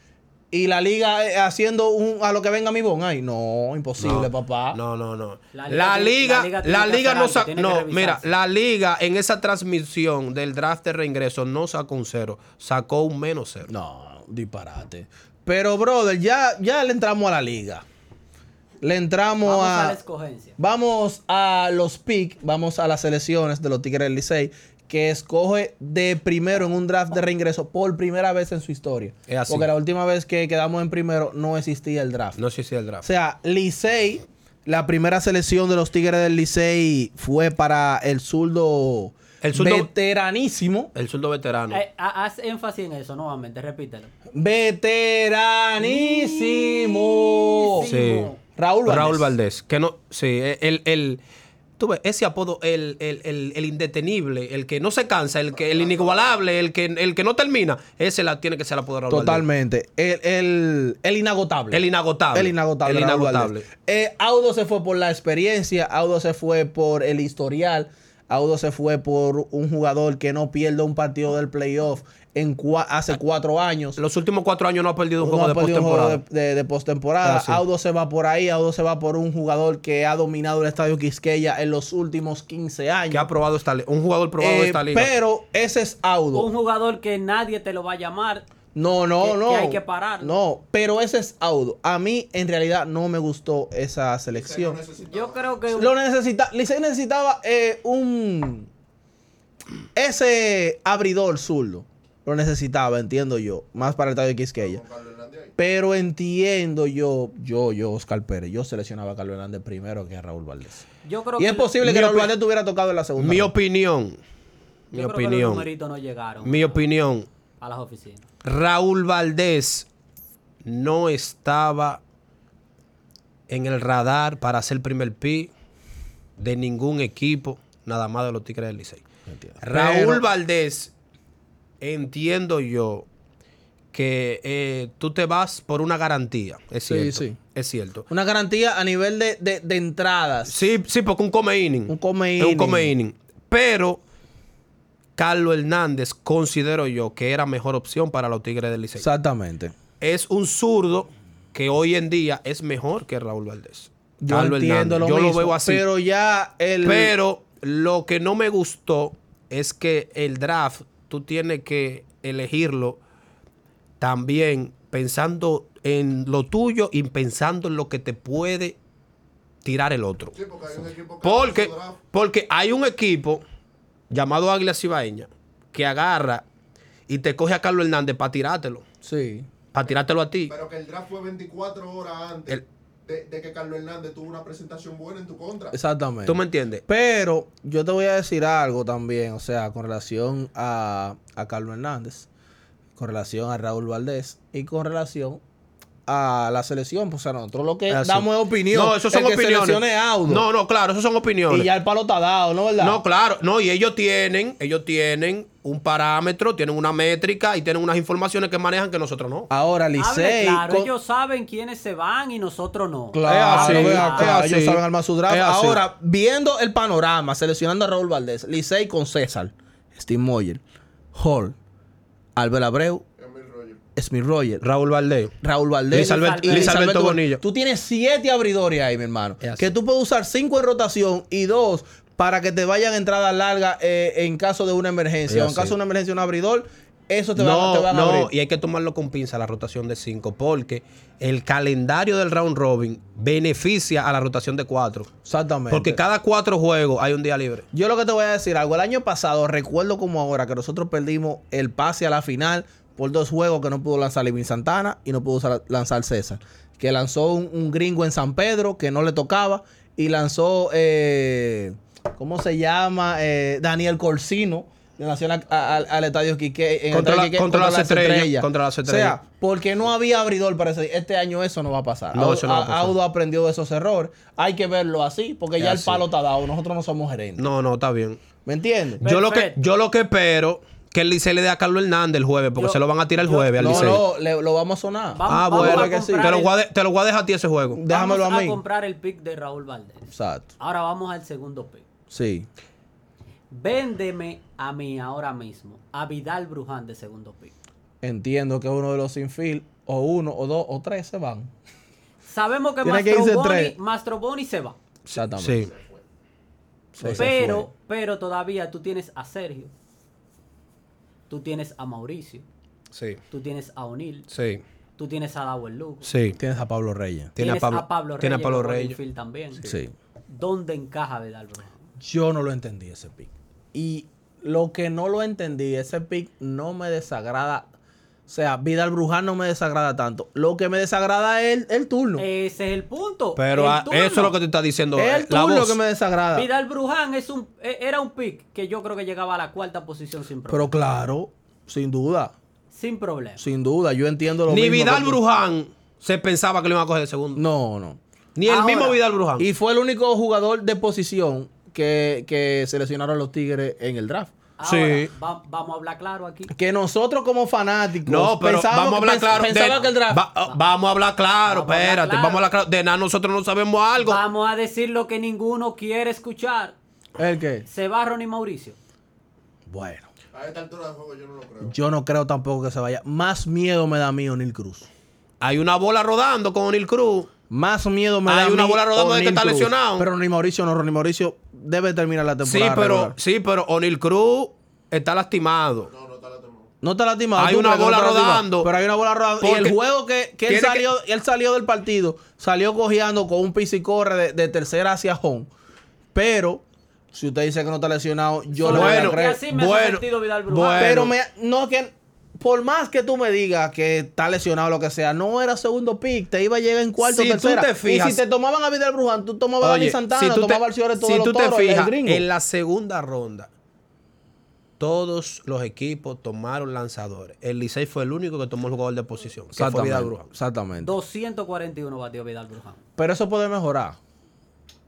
A: Y la liga eh, haciendo un, a lo que venga mi bon, ay, no, imposible, papá.
B: No, no, no.
C: La
B: La
C: liga
B: liga,
C: tiene-
B: la
C: la liga tiene que
B: liga
C: hacer
B: no
C: algo,
B: sa-
C: tiene que
B: No,
C: revisarse.
B: mira, la liga en esa transmisión del draft de reingreso no sacó un cero, sacó un menos cero.
A: No, disparate. Pero, brother, ya, ya le entramos a la liga. Le entramos
C: Vamos
A: a.
C: a la escogencia.
A: Vamos a los pick, vamos a las selecciones de los Tigres del Licey, que escoge de primero en un draft de reingreso por primera vez en su historia.
B: Es así.
A: Porque la última vez que quedamos en primero no existía el draft.
B: No sé si el
A: O
B: draft.
A: sea, Licey, la primera selección de los Tigres del Licey fue para el zurdo,
B: El zurdo-
A: veteranísimo.
B: El sueldo veterano.
C: Eh, ha- haz énfasis en eso nuevamente, repítelo.
A: Veteranísimo.
B: Sí.
A: Raúl Valdés.
B: Raúl Valdés. Que no, sí, e, el, el, tú ves, ese apodo, el, el, el, el indetenible, el que no se cansa, el que, el inigualable, el que, el que no termina, ese la tiene que ser el apodo de Raúl Valdés.
A: Totalmente. El, el, el inagotable.
B: El inagotable.
A: El inagotable.
B: El
A: Raúl
B: inagotable.
A: Valdés. Eh, Audo se fue por la experiencia, Audo se fue por el historial, Audo se fue por un jugador que no pierde un partido del playoff en cua- hace cuatro años.
B: Los últimos cuatro años no ha perdido un
A: No
B: juego
A: ha
B: de
A: perdido un juego
B: postemporada.
A: de, de- de postemporada.
B: Ah, sí.
A: Audo se va por ahí, Audo se va por un jugador que ha dominado el estadio Quisqueya en los últimos 15 años.
B: Que ha probado esta liga. Un jugador probado de
A: Eh,
B: esta liga.
A: Pero ese es Audo.
C: Un jugador que nadie te lo va a llamar.
A: No, no,
C: que-
A: no.
C: que hay que parar.
A: No, pero ese es Audo. A mí, en realidad, no me gustó esa selección.
C: Yo creo que
A: Lo necesita, Licey necesitaba eh, un. Ese abridor zurdo. Lo necesitaba, entiendo yo. Más para el estadio X que ella. Pero entiendo yo, yo, yo, Oscar Pérez. Yo seleccionaba a Carlos Hernández primero que a Raúl Valdés.
C: yo creo
A: Y
C: que
A: es posible que
B: Mi
A: Raúl
B: opi-
A: Valdés tuviera tocado en la segunda.
B: Mi
A: ronda.
B: opinión.
C: yo
B: Mi
C: creo que los
B: opinión.
C: numeritos no llegaron
B: Mi
C: a-
B: opinión.
C: a las oficinas.
B: Raúl Valdés no estaba en el radar para ser primer pi de ningún equipo, nada más de los Tigres del Licey.
A: Entiendo.
B: Raúl
A: Pero-
B: Valdés, entiendo yo que eh, tú te vas por una garantía. Es
A: Sí,
B: cierto.
A: sí.
B: Es cierto.
A: Una garantía a nivel de, de- de entradas.
B: Sí, sí, porque un come inning.
A: Un come
B: Es un
A: inning.
B: come inning. Pero Carlos Hernández considero yo que era mejor opción para los Tigres del Licey.
A: Exactamente.
B: es un zurdo que hoy en día es mejor que Raúl Valdés.
A: Yo
B: Carlos
A: entiendo
B: Hernández.
A: lo
B: Yo
A: mismo,
B: lo veo así. Pero,
A: Pero ya el.
B: lo que no me gustó es que el draft tú tienes que elegirlo también pensando en lo tuyo y pensando en lo que te puede tirar el otro.
D: Sí, porque hay un equipo que
B: Porque,
D: hace su draft.
B: porque hay un equipo llamado Águila Cibaeña que agarra y te coge a Carlos Hernández para tirártelo.
A: Sí.
B: Para tirártelo a ti.
D: Pero que el draft fue 24 horas antes
B: El-
D: de, de que Carlos Hernández tuvo una presentación buena en tu contra.
A: Exactamente.
B: ¿Tú me entiendes?
A: Pero yo te voy a decir algo también, o sea, con relación a, a Carlos Hernández, con relación a Raúl Valdés y con relación a la selección. Pues, o sea, nosotros lo que
B: Así.
A: damos es opinión.
B: Ah, No, eso son
A: El que
B: opiniones.
A: seleccione es Audo.
B: No, no, claro, eso son opiniones.
A: y ya el palo está dado, ¿no verdad?
B: No, claro, no, y ellos tienen, ellos tienen un parámetro, tienen una métrica y tienen unas informaciones que manejan que nosotros no.
A: Ahora
C: Hable
A: Licey.
C: claro,
A: con-
C: ellos saben quiénes se van y nosotros no.
A: Claro,
B: Es así,
A: ven
B: es
A: acá,
B: así.
A: ellos saben armar su draft.
B: Es así.
A: Ahora, viendo el panorama, seleccionando a Raúl Valdés, Licey con César, Steve Moyer, Hall, Albert Abreu,
D: Emil Roger.
A: Smith Roger,
B: Raúl Valdés.
A: Raúl Valdés.
B: Luis Albert-
A: y
B: Luis Alberto Bonilla.
A: Tú tienes siete abridores ahí, mi hermano.
B: Es así.
A: Que tú puedes usar cinco en rotación y dos para que te vayan entrada larga eh, en caso de una emergencia.
B: Es
A: O en caso
B: así.
A: de una emergencia, un abridor, eso te, van, te
B: No,
A: van a
B: no,
A: abrir.
B: y hay que tomarlo con pinza la rotación de 5 porque el calendario del round robin beneficia a la rotación de 4.
A: Exactamente.
B: Porque cada cuatro juegos hay un día libre.
A: Yo lo que te voy a decir algo. El año pasado, recuerdo como ahora que nosotros perdimos el pase a la final por dos juegos que no pudo lanzar Livin Santana y no pudo sa- lanzar César. Que lanzó un, un gringo en San Pedro que no le tocaba y lanzó, eh, ¿cómo se llama? Eh, Daniel Corsino. De Nación a- a- al- al estadio Quique. en el
B: Contra
A: estadio
B: la-
A: Quique-
B: contra las estrellas, contra las
A: O
B: estrellas.
A: sea, porque no había abridor para ese. Este año eso no va a pasar.
B: No,
A: Au-
B: eso no va a
A: a-
B: pasar.
A: Audo aprendió de esos errores. Hay que verlo así, porque
B: Es
A: ya el
B: así.
A: palo está dado. Nosotros no somos gerentes.
B: No, no, está bien.
A: ¿Me entiendes?
B: Yo lo, que,
C: Perfecto.
B: yo lo que espero que el Licey le dé a Carlos Hernández el jueves, porque
C: Yo-
B: se lo van a tirar el
C: yo-
B: jueves al
A: No,
B: Licey.
A: no, le- lo vamos a sonar.
C: Vamos-
B: ah,
C: vamos
B: bueno,
A: a
B: que sí.
C: comprar
B: te, lo
C: el-
B: voy a de- te lo voy a dejar a ti ese juego.
A: Déjamelo
C: vamos
A: a mí.
C: comprar el pick de Raúl Valdés.
A: Exacto.
C: Ahora vamos al segundo pick.
A: Sí.
C: Véndeme a mí ahora mismo, a Vidal Bruján de segundo pick.
A: Entiendo que uno de los infield, o uno, o dos, o tres se van.
C: Sabemos que
A: Tiene que irse
C: Mastro Boni,
A: tres.
C: Mastro Boni se va.
A: Exactamente.
B: Sí.
A: Sí, se
C: pero, pero todavía tú tienes a Sergio. Tú tienes a Mauricio.
B: Sí,
C: Tú tienes a O'Neill.
B: sí.
C: Tú tienes a Dauer Lugo.
B: Sí.
A: Tienes a Pablo Reyes.
B: Tiene a Pablo, tiene a Pablo
C: como
B: Reyes.
C: infield también.
A: Sí.
C: ¿Dónde encaja Vidal Bruno?
A: Yo no lo entendí ese pick. Y lo que no lo entendí, ese pick no me desagrada. O sea, Vidal Bruján no me desagrada tanto. Lo que me desagrada es el, el turno.
C: Ese es el punto.
B: Pero
C: El
B: ah,
C: turno.
B: eso es lo que te está diciendo.
A: es
B: eh,
A: el
B: la
A: turno
B: voz.
A: que me desagrada.
C: Vidal Bruján es un, e- era un pick que yo creo que llegaba a la cuarta posición sin problema.
A: Pero claro, sin duda,
C: sin problema.
A: sin duda, yo entiendo lo
B: Ni
A: mismo
B: Vidal
A: que tú.
B: Bruján se pensaba que lo iban a coger de segundo.
A: No, no.
B: Ni el
C: Ahora,
B: mismo Vidal Bruján.
A: Y fue el único jugador de posición que, que seleccionaron los Tigres en el draft.
C: Ahora,
B: Sí.
C: va- vamos a hablar claro aquí.
A: Que nosotros como fanáticos
B: No, pero
A: pensábamos-
B: vamos a hablar
A: pens-
B: claro. de-
A: pensaba que el draft...
B: va- ah, vamos a hablar claro,
C: Vamos a hablar
B: espérate.
C: claro.
B: Vamos a hablar claro. De nada, nosotros no sabemos algo.
C: Vamos a decir lo que ninguno quiere escuchar.
A: ¿El qué?
C: Se va Ronnie Mauricio.
A: Bueno,
D: A esta altura del juego yo no lo creo.
A: yo no creo tampoco que se vaya. Más miedo me da a mí O'Neill Cruz.
B: Hay una bola rodando con O'Neill Cruz.
A: Más miedo me
B: Hay
A: da a mí
B: una bola rodando de
A: O'Neill
B: que está
A: Cruz.
B: lesionado.
A: Pero Ronnie Mauricio no, Ronnie Mauricio debe terminar la
B: Sí,
A: temporada
B: pero,
A: regular.
B: sí, pero O'Neill Cruz está lastimado.
D: No, no está la temporada.
A: No está lastimado.
B: Hay
A: ¿tú
B: una
A: crees que no
B: bola
A: está lastimado?
B: rodando.
A: Pero hay una bola rodando. Y
B: Porque
A: el juego que, que él
B: tiene que-
A: salió, él salió del partido, salió cojeando con un pis y corre de, de tercera hacia home. Pero, si usted dice que no está lesionado, yo le voy a
B: Bueno,
A: creer.
C: así me
B: bueno,
C: ha sentido Vidal Bruján.
B: bueno.
A: Pero me, no que por más que tú me digas que está lesionado o lo que sea, no era segundo pick, te iba a llegar en cuarto
B: Si
A: o
B: tú
A: tercera.
B: te fijas-
A: y si te tomaban a Vidal Bruján, tú tomabas a Dani
B: Oye,
A: Santana,
B: tú
A: tomabas
B: te-
A: al Ciore todo
B: si
A: los
B: tú te
A: toros, el
B: fijas,
A: gringo.
B: en la segunda ronda, todos los equipos tomaron lanzadores. El Licey fue el único que tomó el jugador de posición. que fue Vidal Bruján.
A: Exactamente.
C: 241 batió Vidal Bruján.
A: Pero eso puede mejorar.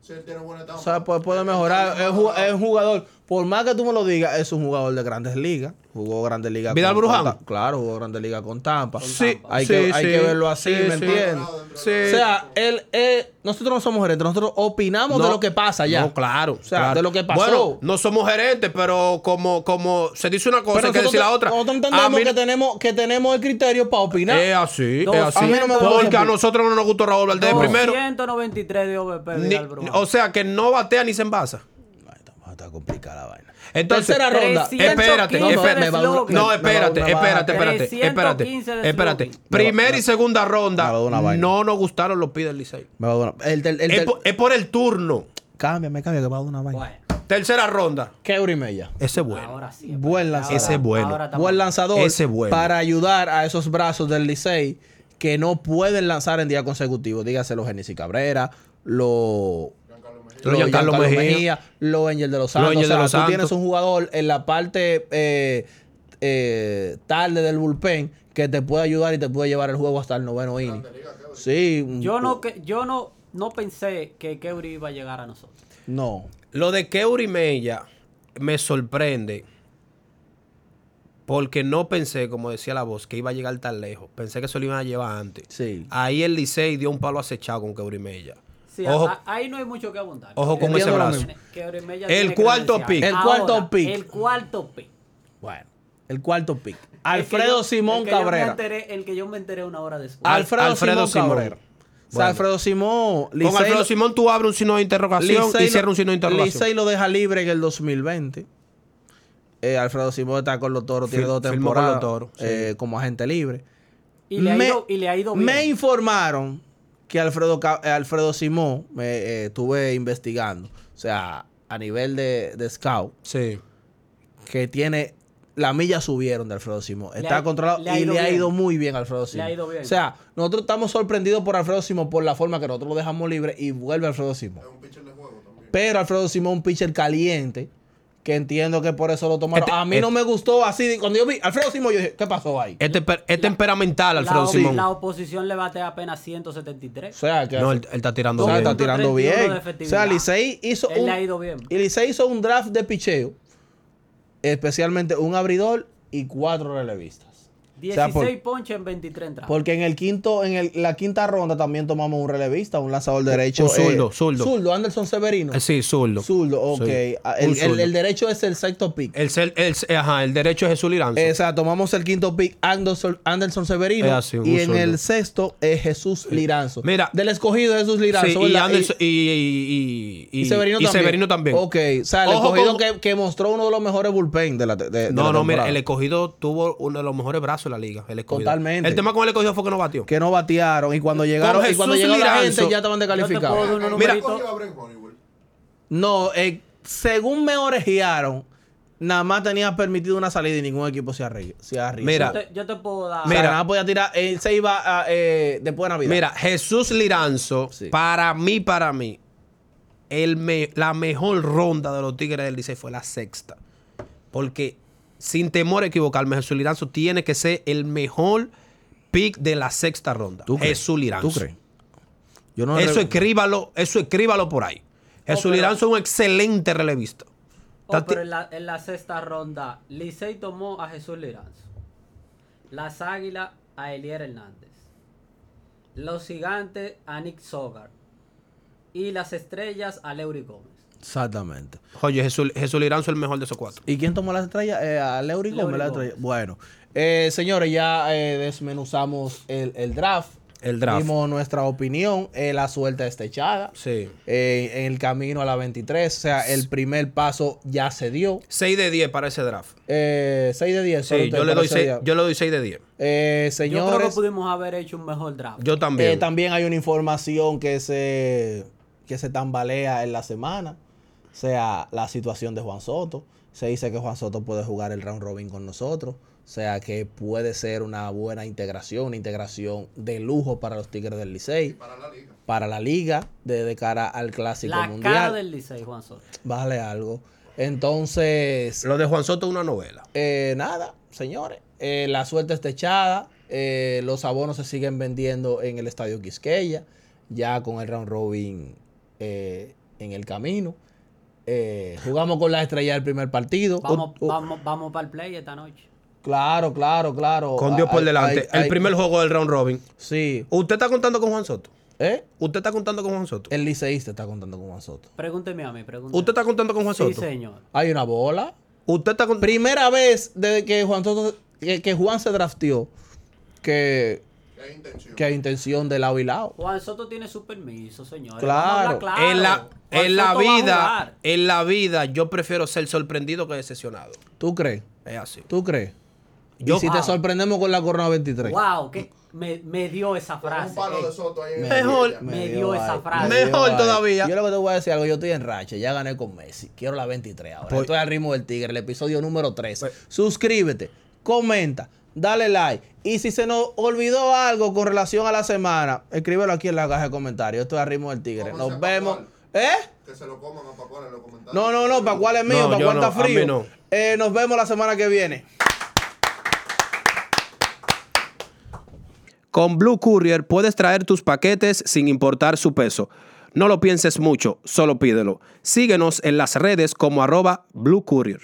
D: Si él tiene buena etapa.
A: O sea, pues puede, puede mejorar. Es ju- es un jugador, por más que tú me lo digas, es un jugador de grandes ligas. Jugó grandes ligas.
B: ¿Vidal
A: con-
B: Bruján?
A: con Ta- claro, jugó grandes ligas con Tampa.
B: Sí,
A: hay,
B: sí,
A: que, hay
B: sí.
A: que verlo así,
B: Sí,
A: ¿me
B: sí.
A: entiendes?
B: Sí.
A: O sea, él, él- nosotros no somos gerentes, nosotros opinamos de
B: No,
A: lo que pasa ya.
B: No, claro. O
A: sea, de lo que pasó.
B: Bueno, no somos gerentes, pero como, como se dice una cosa, hay que
A: nosotros
B: decir la
A: te-
B: otra.
A: Nosotros
B: A
A: entendemos
B: mí- Eh,
A: que, tenemos, que tenemos el criterio para opinar.
B: Es así,
C: Dos-
B: es así.
A: a mí no me gusta
B: Porque a
A: ese-
B: nosotros no nos gustó Raúl Valdés primero.
C: 193 de OVP
B: ni-
C: Vidal Bruján.
B: o sea, que no batea ni se envasa.
A: Ay, está- está complicada la vaina.
B: Entonces,
A: Tercera ronda.
C: 315
B: Espérate,
C: de
B: espérate.
A: me va a durar-
C: slogan.
B: No,
A: me va-
B: espérate,
A: me va a dar
B: espérate, espérate,
C: 315
B: espérate,
C: de
B: espérate.
C: slogan.
B: Primera y segunda ronda
A: me va a dar una vaina.
B: no nos gustaron los pides del Licey.
A: Me va a dar una- el del- el
B: Es
A: del-
B: por, es por el turno.
A: Cámbiame, cámbiame, que me va a dar una vaina.
C: Bueno,
B: Tercera ronda.
A: Keury Mella.
B: Ese es bueno.
C: ahora sí.
A: Buen lanzador.
B: Ese es bueno.
C: ahora estamos-
A: Buen lanzador.
B: Ese es bueno.
A: Para ayudar a esos brazos del Licey que no pueden lanzar en día consecutivo. Dígase los Genesis Cabrera, los
B: Lo Giancarlo Mejía.
A: los Angel de los
B: Los
A: Santos.
B: Angel
A: O sea,
B: de los
A: tú tienes
B: Santos.
A: un jugador en la parte eh, eh, tarde del bullpen que te puede ayudar y te puede llevar el juego hasta el noveno inning. Sí. un-
C: Yo no, que- yo no, no pensé que Keuri iba a llegar a nosotros.
A: No.
B: Lo de Keuri Mella me sorprende porque no pensé, como decía la voz, que iba a llegar tan lejos. Pensé que se lo iban a llevar antes.
A: Sí.
C: Ah.
B: Ahí el Licey dio un palo acechado con Keuri Mella.
C: Sí,
B: Ojo.
C: a- ahí no hay mucho que abundar.
B: Ojo con
A: ese brazo.
C: Keuri Mella
B: El
C: tiene
B: cuarto
C: credencial.
B: pick.
A: El
C: Ahora,
A: cuarto pick.
C: El cuarto pick.
A: Bueno. El cuarto pick.
C: El que
A: Alfredo
C: yo-
A: Simón
C: el que yo me
A: Cabrera.
C: enteré- el que yo me enteré una hora después.
B: Al-
A: Alfredo,
B: Alfredo
A: Simón,
B: Simón.
A: Cabrera. O sea,
B: Bueno.
A: Alfredo Simón.
B: con Alfredo Simón tú abres un signo de interrogación y cierras un signo de interrogación.
A: Licey lo deja libre en el 2020. Eh, Alfredo Simón está con los toros, tiene
B: Fir-
A: dos
B: firmó con
A: temporadas
B: los Toros, sí.
A: eh, como agente libre.
C: y, le ha
A: me-
C: ido, y le ha ido bien.
A: Me informaron que Alfredo, Ca- eh, Alfredo Simón, me eh, estuve investigando, o sea, a nivel de, de scout,
B: Sí.
A: que tiene. La milla subieron de Alfredo Simón.
C: Le
A: Está
C: ha-
A: controlado
C: le ha
A: y
C: ido
A: le ha
C: bien.
A: ido muy bien a Alfredo Simón.
C: ha ido bien.
A: O sea, nosotros estamos sorprendidos por Alfredo Simón por la forma que nosotros lo dejamos libre y vuelve Alfredo Simón.
D: Es un pitcher de juego también.
A: Pero Alfredo Simón, un pitcher caliente, que entiendo que por eso lo tomaron.
B: Este-
A: a mí no
B: este-
A: me gustó así. Cuando yo vi Alfredo Simón, yo dije, ¿qué pasó ahí?
B: Es, temper- es temperamental,
C: La
B: Alfredo
C: op-
B: Simón.
C: La oposición le batea apenas
A: O
C: 173.
A: sea, que
B: No, él,
A: Alfredo-
B: él está tirando
A: o sea,
B: bien.
A: está tirando
C: 31 de
A: bien. O
C: efectividad.
A: sea, Licey hizo
C: Él
A: un,
C: le ha ido bien.
A: y Licey hizo un draft de picheo, especialmente un abridor y cuatro relevistas. O
C: 16
A: sea, por-
C: ponches en 23 entradas.
A: porque en el quinto, en el- la quinta ronda también tomamos un relevista, un lanzador derecho. eh,
B: un zurdo, zurdo.
A: Zurdo, Anderson Severino.
B: Eh, Sí, zurdo.
A: Zurdo, ok.
B: Sí,
A: Ah,
B: un
A: El, el-
B: zurdo.
A: el derecho es el sexto pick.
B: El, cel- el ce- ajá, el derecho es Jesús Liranzo.
A: Eh, o sea, tomamos el quinto pick Anderson, Anderson Severino
B: Es así, un
A: y en
B: zurdo. Eh,
A: el sexto es Jesús Liranzo.
B: Mira.
A: del escogido Jesús Liranzo.
B: Sí, y,
A: ¿verdad?
B: Anderson- y, y- y-
A: y
B: y- y Severino también.
A: Ok, o sea, el
B: Ojo
A: escogido
B: con-
A: que, que mostró uno de los mejores bullpen de la. te- de- de
B: No,
A: la
B: no, mira,
A: temporada.
B: el escogido tuvo uno de los mejores brazos de la liga. El escogido.
A: Totalmente.
B: El tema con el escogido fue que no batió.
A: Que no batearon y cuando llegaron y cuando
B: Jesús
A: llegó la
B: Liranzo.
A: gente ya estaban descalificados.
C: Yo te puedo dar un
B: Mira,
C: numerito.
D: cogió a Brent Honeywell.
A: No, eh, según me orejearon, nada más tenía permitido una salida y ningún equipo se arri- se arriesgó.
B: Mira.
A: O
C: Yo te- yo te puedo dar.
A: sea,
B: Mira.
A: nada más podía tirar, él se iba a, eh, después de Navidad.
B: Mira, Jesús Liranzo,
A: Sí.
B: para mí, para mí, el me- la mejor ronda de los Tigres del Licey fue la sexta. Porque sin temor a equivocarme, Jesús Liranzo tiene que ser el mejor pick de la sexta ronda.
A: ¿Tú crees?
B: Jesús Liranzo.
A: ¿Tú crees? Yo no
B: Eso
A: re-
B: escríbalo, eso escríbalo por ahí. Jesús
C: pero-
B: Liranzo es un excelente relevista.
C: Oh,
B: Tati-
C: pero en la, en la sexta ronda, Licey tomó a Jesús Liranzo. Las Águilas a Elier Hernández. Los Gigantes a Nick Sogar. Y las Estrellas a Leury Gómez.
A: Exactamente.
B: Oye, Jesús, Jesús Liranzo es el mejor de esos cuatro.
A: ¿Y quién tomó la estrella? Eh, a Leury Gómez,
C: Leury
A: la
C: Gómez.
A: estrella. Bueno, eh, señores, ya eh, desmenuzamos el, el draft.
B: El draft.
A: Dimos nuestra opinión. eh, la suerte está echada.
B: Sí.
A: Eh, en el camino a la 23. O sea, el primer paso ya se dio.
B: 6 de 10 para ese draft.
A: 6 Eh, de 10.
B: Sí, yo le, doy seis- yo le doy 6 de 10.
A: Eh,
C: Yo creo que
A: señores,
C: pudimos haber hecho un mejor draft.
B: Yo
A: eh,
B: también.
A: también hay una información que se, que se tambalea en la semana. O sea, la situación de Juan Soto. Se dice que Juan Soto puede jugar el round robin con nosotros. O sea, que puede ser una buena integración, una integración de lujo para los Tigres del
D: Y
A: Licey,
D: para la liga.
A: para la liga, de, de cara al Clásico
C: la
A: Mundial.
C: cara del Licey, Juan Soto.
A: Vale algo. Entonces,
B: Lo de Juan Soto es una novela.
A: Eh, nada, señores. eh, la suerte está echada. eh, los abonos se siguen vendiendo en el estadio Quisqueya. Ya con el round robin eh, en el camino. Eh, jugamos con la estrella del primer partido.
C: Vamos,
A: Uh, uh,
C: vamos, vamos para el play esta noche.
A: Claro, claro, claro.
B: Con Dios por
A: Ay,
B: delante.
A: ay,
B: el
A: ay,
B: primer juego del round robin.
A: Sí.
B: ¿Usted está contando con Juan Soto?
A: ¿Eh?
B: ¿Usted está contando con Juan Soto?
A: El liceísta está contando con Juan Soto.
C: Pregúnteme a mí, pregúnteme.
B: ¿Usted está contando con Juan
C: Sí,
B: Soto?
C: señor.
A: Hay una bola.
B: ¿Usted está contando?
A: Primera vez desde que Juan Soto- que, que Juan se drafteó que,
D: Que hay intención.
A: que hay intención de lado y lado.
C: Juan Soto tiene su permiso, señor.
A: Claro.
B: En la,
C: Juan
B: en la
C: Soto va a
B: vida,
C: jugar.
B: en la vida, yo prefiero ser sorprendido que decepcionado.
A: ¿Tú crees?
B: Es así.
A: ¿Tú crees?
B: Yo-
A: y si
C: Wow.
A: te sorprendemos con la Corona 23.
C: Wow, que me, me dio esa
D: Con
C: frase.
D: un palo
C: ey.
D: de Soto ahí en
A: Eh,
D: el
B: Mejor.
D: medio.
C: Me dio esa
A: ahí,
C: frase.
A: me dio
B: Mejor
A: ahí.
B: todavía.
A: Yo lo que te voy a decir algo, yo estoy en racha, ya gané con Messi, quiero la 23 ahora.
B: Pues-
A: Estoy al ritmo del tigre, el episodio número 13. Suscríbete, comenta, dale like. Y si se nos olvidó algo con relación a la semana, escríbelo aquí en la caja de comentarios. Estoy al ritmo del tigre.
D: Como
A: Nos
D: dice
A: vemos.
D: Pascual.
A: ¿Eh?
D: Que se lo coman a Pacual en los comentarios.
A: No, no, no, para cuál es mío,
B: No,
A: para
B: yo
A: cuál está
B: no, a mí
A: frío.
B: no.
A: Eh, nos vemos la semana que viene.
B: Con Blue Courier puedes traer tus paquetes sin importar su peso. No lo pienses mucho, solo pídelo. Síguenos en las redes como arroba Blue Courier.